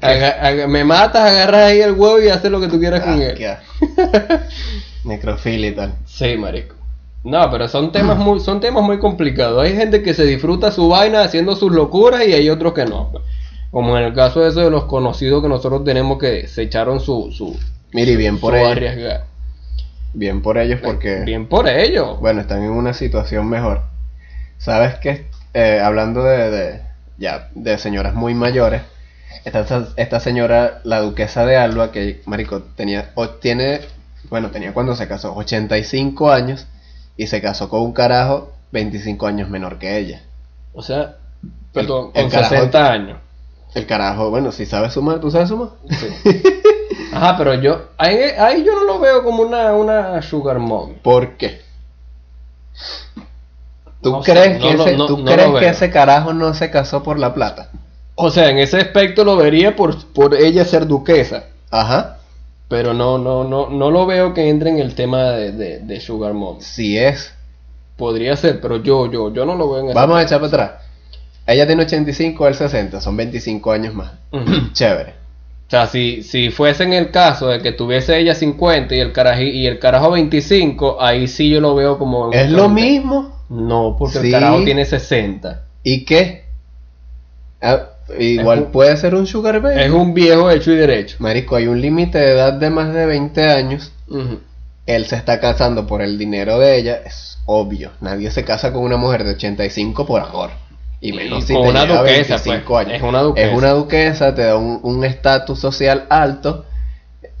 Aga- aga- me matas, agarras ahí el huevo y haces lo que tú quieras
Ah,
con él.
qué asco. Necrofilia y tal.
Sí, marico. No, pero son temas muy, son temas muy complicados. Hay gente que se disfruta su vaina haciendo sus locuras y hay otros que no. pues. Como en el caso de eso de los conocidos que nosotros tenemos que se echaron su, su,
Mire, y bien por
su
ellos.
arriesgar.
Bien por ellos porque,
Bien por ello.
bueno, están en una situación mejor. Sabes que, eh, hablando de, de- ya, de señoras muy mayores, esta, esta señora, la duquesa de Alba, que, marico, tenía, o tiene, bueno, tenía cuando se casó 85 años y se casó con un carajo 25 años menor que ella.
O sea, perdón,
el
con
carajo-
60 años.
El carajo, bueno, si sabes sumar, ¿tú sabes sumar?
Sí. Ajá, pero yo, ahí, ahí yo no lo veo como una, una sugar mom.
¿Por qué? ¿Tú
No sé,
crees,
no
que,
lo-
ese,
no-
tú
no lo
crees que
veo.
ese carajo no se casó por la plata?
O sea, en ese aspecto lo vería por, por ella ser duquesa.
Ajá.
Pero no, no, no, no lo veo que entre en el tema de, de, de Sugar Mom.
Si es.
Podría ser, pero yo, yo, yo no lo veo en ese-
Vamos a echar para atrás. Ella tiene 85, él 60. Son 25 años más.
Ujú.
Chévere.
O sea, si, si fuese en el caso de que tuviese ella 50 y el carajo, y el carajo 25, ahí sí yo lo veo como... en
Es
un
lo
trámite.
mismo.
No, porque
Sí.
el carajo tiene 60.
¿Y qué? Ah,
Es
igual
un-
puede ser un sugar baby.
Es un viejo hecho y derecho.
Marico, hay un límite de edad de más de 20 años.
Ujú.
Él se está casando por el dinero de ella. Es obvio. Nadie se casa con una mujer de 85 por amor. Y menos
Y
si
con
te
una
lleva
duquesa,
25
pues.
años.
Es una duquesa.
Es una duquesa, te da un un estatus social alto,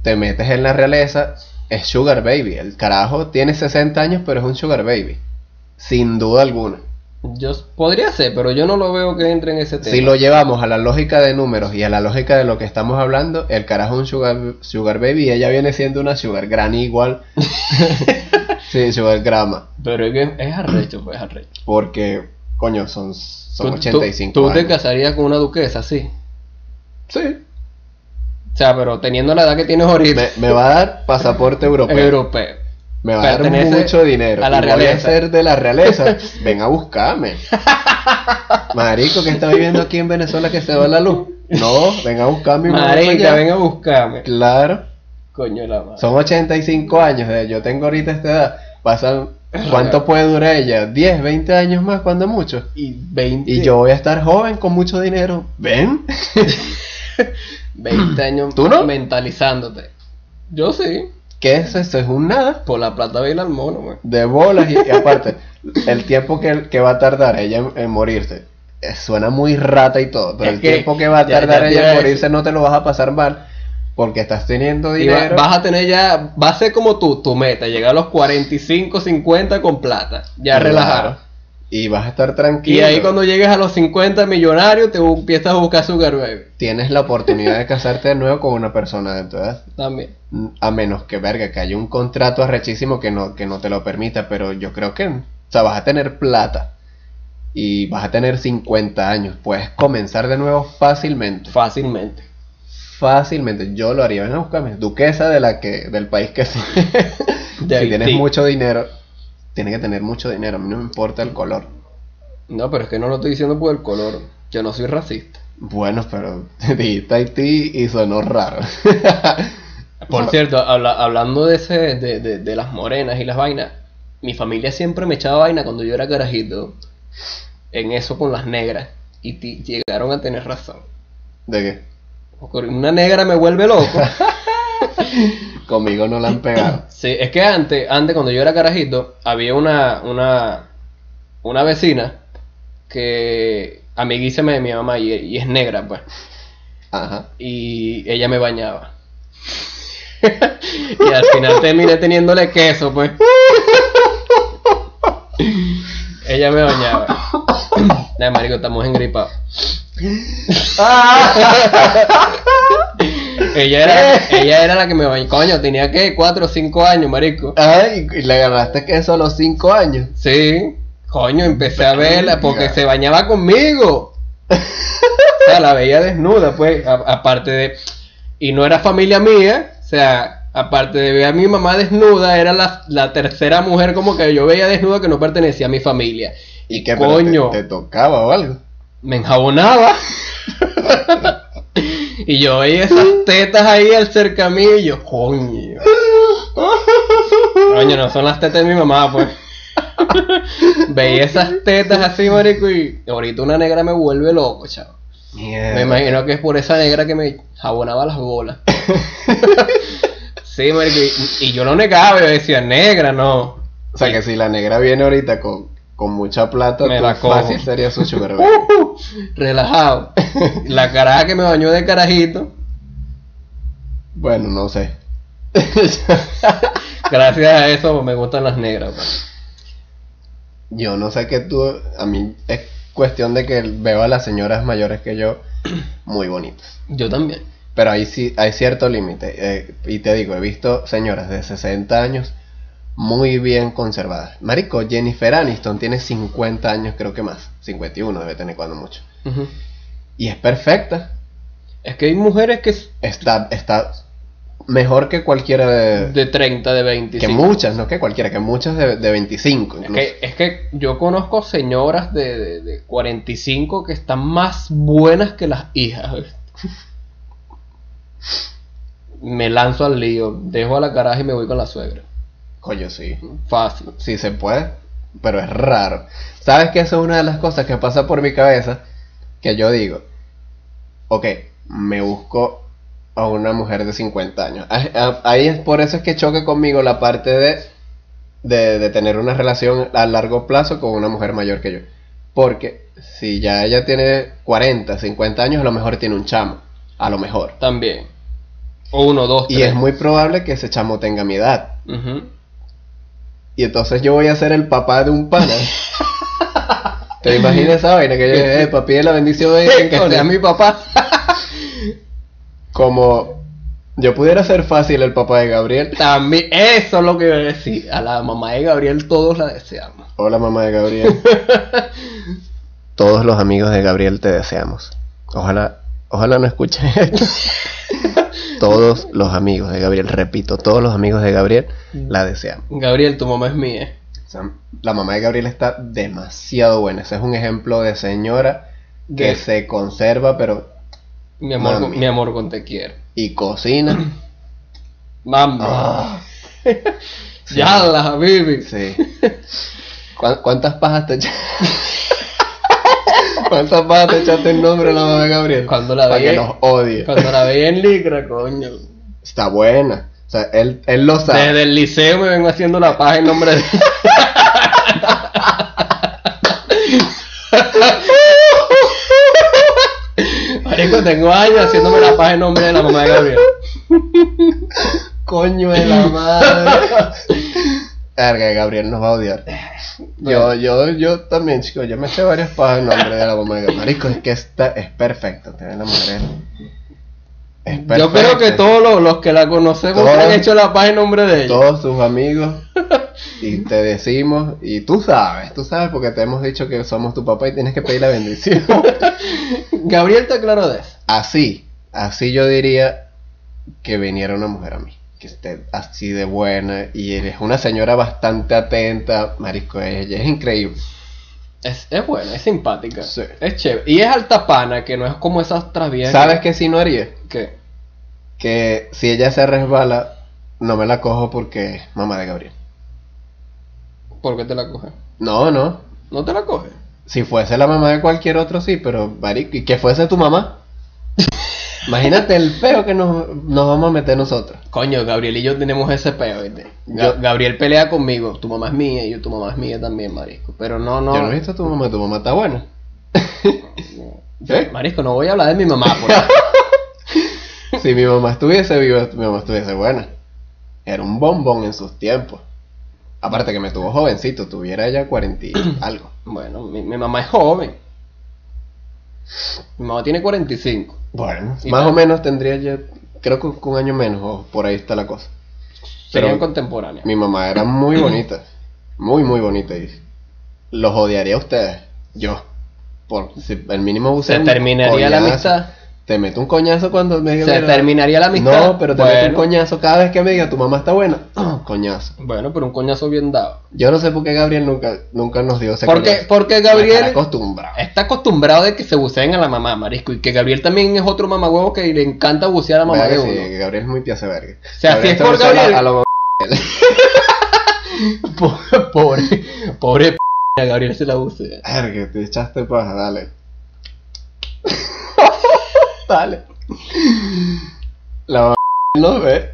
te metes en la realeza, es sugar baby. El carajo tiene 60 años, pero es un sugar baby. Sin duda alguna.
Yo, podría ser, pero yo no lo veo que entre en ese tema.
Si lo llevamos a la lógica de números y a la lógica de lo que estamos hablando, el carajo es un sugar, sugar baby y ella viene siendo una sugar granny igual. sí, sugar grama.
Pero es, bien- es arrecho, pues es arrecho.
Porque, coño, son, son
Tú- tú-
85
tú, te
años.
casarías con una duquesa, sí.
Sí.
O sea, pero teniendo la edad que tienes ahorita.
Me, me va a dar pasaporte europeo.
europeo.
Me va a dar
Pertenece
mucho dinero.
eh, a la
y voy a
realeza.
ser de la realeza. Ven a buscarme. Marico, que está viviendo aquí en Venezuela que se va la luz. No, ven a buscarme. y me voy para
Marica,
allá.
ven a buscarme.
Claro.
Coño la madre.
Son 85 años, eh, yo tengo ahorita esta edad. Pasan, ¿Cuánto puede durar ella? 10, 20 años más, cuando mucho.
Y 20.
Y yo voy a estar joven con mucho dinero. ¿Ven?
20 años
¿Tú no?
mentalizándote. Yo sí.
¿Qué es esto? Es un nada.
Por la plata baila el mono, pues. güey.
De bolas y, y aparte, el tiempo que, que va a tardar ella en, en morirse. eh, Suena muy rata y todo, pero
Es
el
que
tiempo que va a
ya- ya
tardar
te iba
ella
a
en
decir.
morirse no te lo vas a pasar mal porque estás teniendo
Y va-
dinero.
vas a tener ya, va a ser como tú, tu meta, llegar a los 45, 50 con plata, ya
Claro.
relajado.
Y vas a estar
Y
tranquilo.
ahí cuando llegues a los 50 millonarios te bu- empiezas a buscar sugar baby
tienes la oportunidad de casarte de nuevo con una persona de tu edad.
también.
A menos que, verga, que haya un contrato arrechísimo que no, que no te lo permita, pero yo creo que, o sea, vas a tener plata y vas a tener 50 años. Puedes comenzar de nuevo fácilmente.
Fácilmente.
Fácilmente. Yo lo haría, ven a buscarme. Duquesa de la que, del país que sea. si
De
tienes
Haití.
mucho dinero, tienes que tener mucho dinero. A mí no me importa el color.
No, pero es que no lo estoy diciendo por el color. Yo no soy racista.
Bueno, pero dijiste Haití y sonó raro.
Por cierto, habla- hablando de, ese, de, de- de las morenas y las vainas, mi familia siempre me echaba vaina cuando yo era carajito en eso con las negras. Y ti- llegaron a tener razón.
¿De qué?
Una negra me vuelve loco.
Conmigo no la han pegado.
Sí, es que antes, antes cuando yo era carajito, había una, una, una vecina que amiguísima de mi mamá y, y es negra, pues.
Ajá.
Y ella me bañaba. y al final terminé teniéndole queso, pues. Ella me bañaba. Nah, marico, estamos engripados. Ella era, ella era la que me bañaba. Coño, tenía que 4 o 5 años, marico.
Ay, y le agarraste queso a los 5 años.
Sí, coño, empecé a verla porque
Verga.
se bañaba conmigo. O sea, la veía desnuda, pues, a- aparte de... Y no era familia mía, o sea, aparte de ver a mi mamá desnuda, era la, la tercera mujer como que yo veía desnuda que no pertenecía a mi familia.
¿Y qué pero
coño,
Te, te tocaba o algo?
me enjabonaba. y yo veía esas tetas ahí al cerca mío y yo, coño. Coño, no son las tetas de mi mamá, pues. veía esas tetas así, marico, y ahorita una negra me vuelve loco, chavo.
Mierda.
Me imagino que es por esa negra que me jabonaba las bolas. sí, marico, y, y yo lo negaba, yo decía, negra, no.
O sea, que si la negra viene ahorita con, con mucha plata,
Me
tú
la cojo.
fácil sería su sugar baby.
Relajado. La caraja que me bañó de carajito.
Bueno, no sé.
Gracias a eso me gustan las negras. pues. pa.
Yo no sé qué tú... A mí es cuestión de que veo a las señoras mayores que yo muy bonitas.
Yo también.
Pero ahí sí hay cierto límite. eh, y te digo, he visto señoras de 60 años muy bien conservadas. Marico, Jennifer Aniston tiene 50 años, creo que más. 51 debe tener cuando mucho.
Ujú.
Y es perfecta.
Es que hay mujeres que s-
Está, está mejor que cualquiera de...
de 30, de
Eh, que
25.
muchas, no que cualquiera, que muchas de, de 25.
Es
incluso.
que, es que yo conozco señoras de, de- de 45 que están más buenas que las hijas. ¿ves? Me lanzo al lío, dejo a la caraja y me voy con la suegra.
Coño, sí.
Fácil.
Sí se puede, pero es raro. ¿Sabes que eso es una de las cosas que pasa por mi cabeza? Que yo digo, ok, me busco a una mujer de 50 años. A- a- Ahí es por eso es que choca conmigo la parte de, de, de tener una relación a largo plazo con una mujer mayor que yo. Porque si ya ella tiene 40, 50 años, a lo mejor tiene un chamo. A lo mejor.
También. O uno, dos, tres.
Y es muy probable que ese chamo tenga mi edad.
Ujú.
Y entonces yo voy a ser el papá de un pana. ¿Te imaginas esa vaina? Que yo dije, eh, papi, de la bendición de que
O sea,
esté
mi papá.
Como yo pudiera ser fácil el papá de Gabriel
También, eso es lo que iba a decir. A la mamá de Gabriel todos la deseamos.
o la mamá de Gabriel. Todos los amigos de Gabriel te deseamos. Ojalá, Ojalá no escuchen esto. todos los amigos de Gabriel, repito, todos los amigos de Gabriel la desean.
Gabriel, tu mamá es mía.
Mm. La mamá de Gabriel está demasiado buena. Ese es un ejemplo de señora que
De-
se conserva, pero
Mi amor,
Mami.
mi amor con te quiero.
y cocina.
Mamá.
Ah,
Ya la baby.
sí. ¿Cuán- ¿Cuántas pajas te echaste? ¿Cuántas pajas te echaste en nombre de la mamá de Gabriel?
Cuando la
Para
veía-
que nos odie.
Cuando la veía en licra, coño.
Está buena. O sea, él, él lo sabe.
Desde el liceo me vengo haciendo la paja en nombre de. Marico, tengo años haciéndome la paja en nombre de la mamá de Gabriel.
Coño de la madre. Verga, Gabriel nos va a odiar. Yo, yo, yo también, chico, yo me eché varias pajas en nombre de la mamá de Gabriel. Marico, es que esta es perfecta, tener la mujer. Es perfecta.
Yo creo que todos los, los que la conocemos
Todos-
han hecho la paja en nombre de ella.
Todos tus amigos. Y te decimos, y tú sabes, tú sabes porque te hemos dicho que somos tu papá y tienes que pedir la bendición.
Gabriel está claro de eso.
Así, así yo diría que viniera una mujer a mí, que esté así de buena y es una señora bastante atenta, marico, ella es increíble.
Es, es buena, es simpática.
Sí.
Es chévere. Y es alta pana, que no es como esas otras viejas.
¿Sabes qué si no haría?
que
Que si ella se resbala, no me la cojo porque es mamá de Gabriel.
¿Por qué te la coge?
No, no.
¿No te la coge?
Si fuese la mamá de cualquier otro, sí, pero marico, y que fuese tu mamá. Imagínate el feo que nos, nos vamos a meter nosotros.
Coño, Gabriel y yo tenemos ese peo, ¿viste? Ga-
Yo-
Gabriel pelea conmigo. Tu mamá es mía y yo, tu mamá es mía también, marisco. Pero no, no.
Yo no he visto a tu mamá, tu mamá está buena. ¿Eh? ¿Sí?
Marisco, no voy a hablar de mi mamá. Por favor.
Si mi mamá estuviese viva, mi mamá estuviese buena. Era un bombón en sus tiempos. Aparte que me tuvo jovencito, tuviera ya cuarenta y algo.
bueno, mi, mi mamá es joven. Mi mamá tiene 45.
Bueno,
Y
más
tal.
o menos tendría ya, creo que un año menos, o por ahí está la cosa.
Serían
Pero-
contemporáneas.
Mi mamá era muy bonita, muy, muy bonita. Y los odiaría a ustedes, yo. Por si el mínimo
Se
usé un
terminaría la
coñazo.
amistad.
Te meto un coñazo cuando me diga.
Se terminaría la amistad.
No, pero te meto un
bueno,
coñazo cada vez que me diga tu mamá está buena. coñazo.
bueno, pero un coñazo bien dado.
Yo no sé por qué Gabriel nunca, nunca nos dio ese
Porque,
coñazo.
porque
Estará
Gabriel
acostumbrado.
está acostumbrado de que se buceen a la mamá, marisco. Y que Gabriel también es otro mamagüevo que le encanta bucear a la mamá
Verga,
de
sí,
uno.
Gabriel es muy pieza verga.
O sea, si es por
se besó a la-
Gabriel-
a la mamá de él.
Pobre, pobre p a Gabriel se la bucea.
Verga, te echaste paja, dale. dale. La mamá no ve.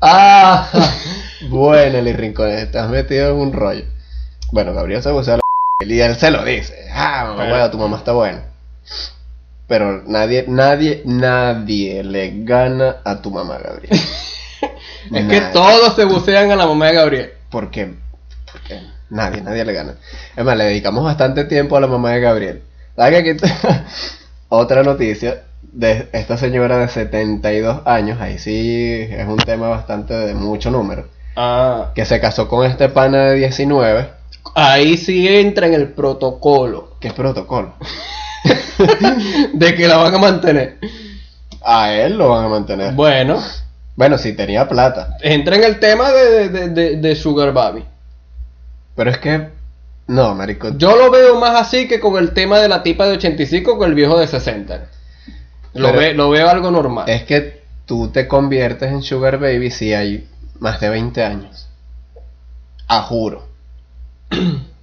ah, bueno, el Rincones, estás metido en un rollo. Bueno, Gabriel se usa la y él se lo dice. Ah, mamá,
Pero-
hueva, tu mamá está buena. Pero nadie, nadie, nadie le gana a tu mamá, Gabriel.
Es que
Nadie.
todos se bucean a la mamá de Gabriel.
Porque, porque nadie, nadie le gana. Es más, le dedicamos bastante tiempo a la mamá de Gabriel. ¿Sabes que aquí t- otra noticia de esta señora de 72 años? Ahí sí es un tema bastante de mucho número.
Ah,
Que se casó con este pana de 19,
ahí sí entra en el protocolo
que es protocolo.
de que la van a mantener.
A él lo van a mantener.
Bueno,
Bueno, si tenía plata.
entra en el tema de, de- de- de Sugar Baby.
Pero es que, no, marico.
Yo lo veo más así que con el tema de la tipa de 85 con el viejo de 60. Lo,
Pero-
ve- lo veo algo normal.
Es que tú te conviertes en Sugar Baby si hay más de 20 años. A juro.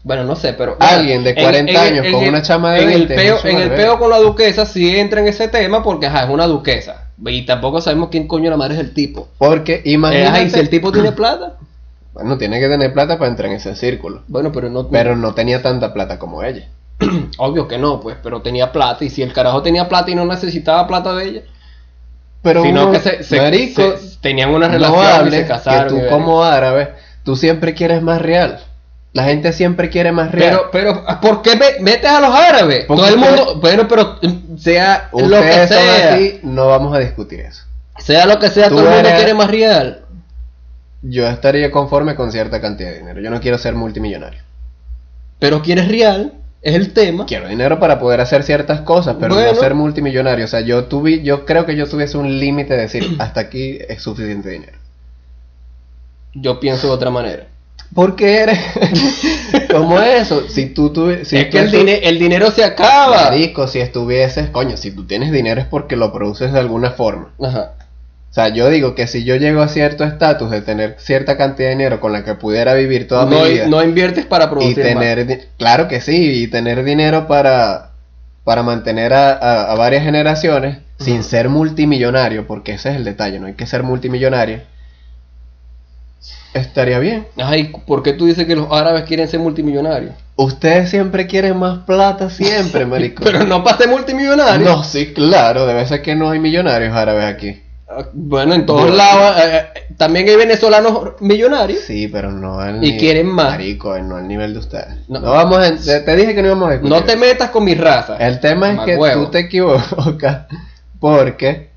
Bueno, no sé, pero.
Alguien de
Ah, en-
40 años con
el-
una chama de
en el
20,
peo,
es un
en el
bebé.
peo con la duquesa sí entra en ese tema porque, ajá, es una duquesa. Y tampoco sabemos quién coño la madre es el tipo.
Porque
Eh, ajá, y si
imagínate.
el tipo tiene plata,
Bueno, tiene que tener plata para entrar en ese círculo.
bueno, pero no.
Pero no tenía tanta plata como ella.
Obvio que no, pues, pero tenía plata. Y si el carajo tenía plata y no necesitaba plata de ella,
Pero
sino
uno,
que se, se-
marico,
se- tenían una relación
no
y se
hables
casaron.
que
y
tú
verga.
como árabe, tú siempre quieres más real. La gente siempre quiere más real.
Pero, pero, ah, ¿por qué me- metes a los árabes?
Porque
Todo el
ustedes-
mundo, bueno, pero mm, sea lo que
Ustedes son
sea,
así, no vamos a discutir eso.
sea lo que sea,
Tú
todo el mundo
eres-
quiere más real.
Yo estaría conforme con cierta cantidad de dinero. Yo no quiero ser multimillonario.
Pero quieres real. Es el tema.
Quiero dinero para poder hacer ciertas cosas, pero
Bueno.
no ser multimillonario. O sea, yo tuve, yo creo que yo tuviese un límite de decir, hasta aquí es suficiente dinero.
Yo pienso de otra manera.
¿Por qué eres? ¿Cómo es eso? Si tú tuve, si
es
tú
que el,
estu-
dine- el dinero se acaba.
Marico, si estuvieses, coño, si tú tienes dinero es porque lo produces de alguna forma.
Ajá.
O sea, yo digo que si yo llego a cierto estatus de tener cierta cantidad de dinero con la que pudiera vivir toda
No,
mi vida
no inviertes para
y
producir más.
tener, di- claro que sí, y tener dinero para, para mantener a, a- a varias generaciones sin
Ujú.
ser multimillonario, porque ese es el detalle, no hay que ser multimillonario, estaría bien.
Ay, ¿por qué tú dices que los árabes quieren ser multimillonarios?
Ustedes siempre quieren más plata, siempre, marico.
Pero no para ser multimillonarios.
No, sí, claro, debe ser que no hay millonarios árabes aquí.
Ah, Bueno, en todos
Bueno.
lados. eh, eh, también hay venezolanos millonarios.
Sí, pero no al
Y
nivel-
quieren más.
Marico, eh, no al nivel de ustedes.
No.
No, vamos a- te, te dije que no íbamos a discutir.
No te metas con mi raza.
El tema es que
Mamacuevo.
tú te equivocas porque,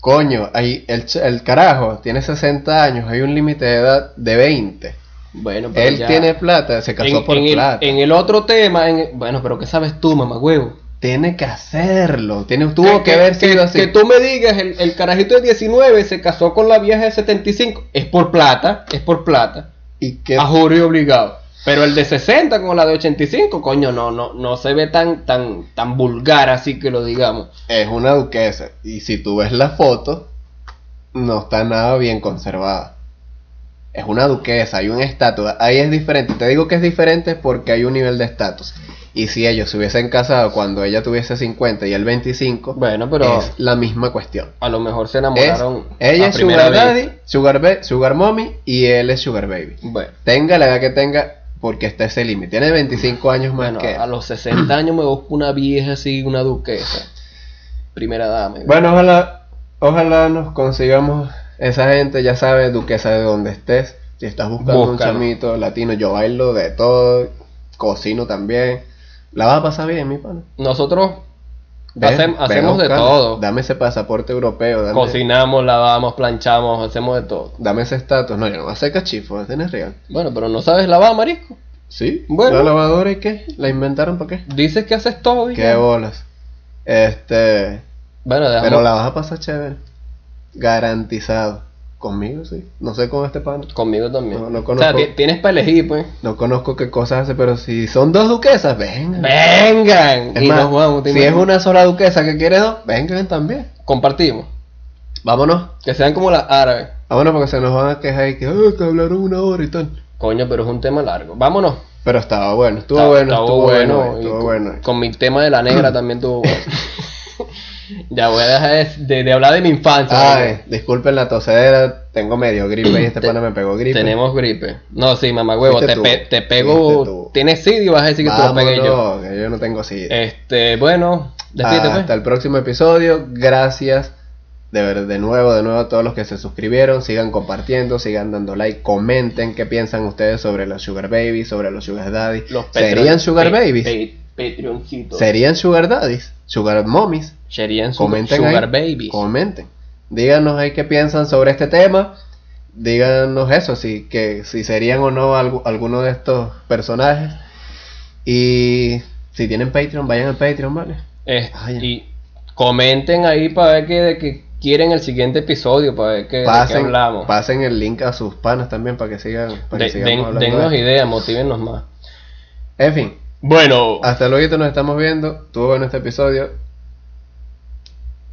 coño, hay, el, ch- el carajo tiene 60 años, hay un límite de edad de 20.
Bueno, pero
Él
ya.
tiene plata, se casó
en,
por
en
plata.
El, en el otro tema, en- bueno, pero ¿qué sabes tú, mamá huevo?
Tiene que hacerlo, tiene, tuvo que, haber sido
que,
así.
que tú me digas, el, el carajito de 19 se casó con la vieja de 75. Es por plata, es por plata.
Y que
A juro y obligado. Pero el de 60 con la de 85, coño, no, no, no se ve tan, tan, tan vulgar así que lo digamos.
es una duquesa. Y si tú ves la foto, no está nada bien conservada. Es una duquesa, hay un estatus. Ahí es diferente. Te digo que es diferente porque hay un nivel de estatus. Y si ellos se hubiesen casado cuando ella tuviese 50 y él 25,
Bueno, pero
es la misma cuestión.
a lo mejor se
Es-
enamoraron.
ella
a
es
primera
Sugar
vez.
Daddy, sugar, ba- sugar Mommy y él es Sugar Baby.
Bueno,
Tenga la edad que tenga, porque está ese límite. Tiene 25 años más
bueno,
que él.
a los 60 años me busco una vieja así, una duquesa. Primera dama.
Bueno, ojalá, ojalá nos consigamos esa gente, ya sabes, duquesa de donde estés. Si estás buscando
Búscalo.
un chamito latino, yo bailo de todo, cocino también. La vas a pasar bien, mi pana.
Nosotros
Ven,
hacem-
ven a
hacemos de
buscarlo.
todo.
Dame ese pasaporte europeo, dame,
Cocinamos, lavamos, planchamos, hacemos de todo.
dame ese estatus. No, yo no voy a hacer cachifo, ese no es real.
Bueno, pero no sabes lavar, marisco.
Sí,
Bueno.
la lavadora y qué, la inventaron para qué.
Dices que haces todo. y
Qué
ya.
bolas. Este,
bueno, dejamos-
pero la vas a pasar chévere. Garantizado. Conmigo, sí. No sé con este pana.
conmigo también.
No, no
o sea,
conozco-
ti- tienes para elegir, pues.
No conozco qué cosas hace, pero si son dos duquesas, vengan.
Vengan.
Es
y
más,
nos vamos. ¿te
si es
imaginas?
una sola duquesa que quiere dos, vengan también.
Compartimos.
Vámonos.
Que sean como las árabes.
Vámonos porque se nos van a quejar y que, "Ah, que hablaron una hora y tal.
Coño, pero es un tema largo. Vámonos.
Pero estaba bueno, estuvo
Está-
bueno,
estaba
estuvo bueno,
y
estuvo
con,
bueno.
con mi tema de la negra también tuvo bueno. ya voy a dejar de, de- de hablar de mi infancia.
Ay,
marico.
disculpen la tosedera, tengo medio gripe y este pana me pegó gripe.
Tenemos gripe. No, sí, mamá huevo.
Fuiste
Te,
tú.
pe- te
Fuiste tú.
pego. Tienes sí y vas a decir que te lo pegué yo.
Vámonos, que yo no tengo sida.
Este, bueno, despídete
Hasta
pues.
el próximo episodio. Gracias de ver de nuevo, de nuevo a todos los que se suscribieron. Sigan compartiendo, sigan dando like, comenten qué piensan ustedes sobre los Sugar Babies, sobre los Sugar Daddy. ¿Serían
Patreon-
Sugar
pe-
Babies?
pe- Patreoncitos.
¿Serían Sugar Daddies? ¿Sugar Mommies?
Serían su-
Comenten
Sugar
ahí.
Babies.
Comenten. Díganos ahí qué piensan sobre este tema. Díganos eso, si, que, si serían o no algu- alguno de estos personajes. Y si tienen Patreon, vayan al Patreon, ¿vale?
Este,
Ay.
y comenten ahí para ver que, de que quieren el siguiente episodio, para ver que, de qué
pasen,
hablamos.
pasen el link a sus panas también para que sigan, para que
De-
sigamos
den-
hablando
dennos
de esto.
ideas, motívennos más.
En fin,
Bueno,
hasta luego, nos estamos viendo. Tuvo en este episodio.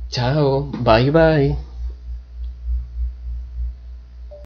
chao, bye bye.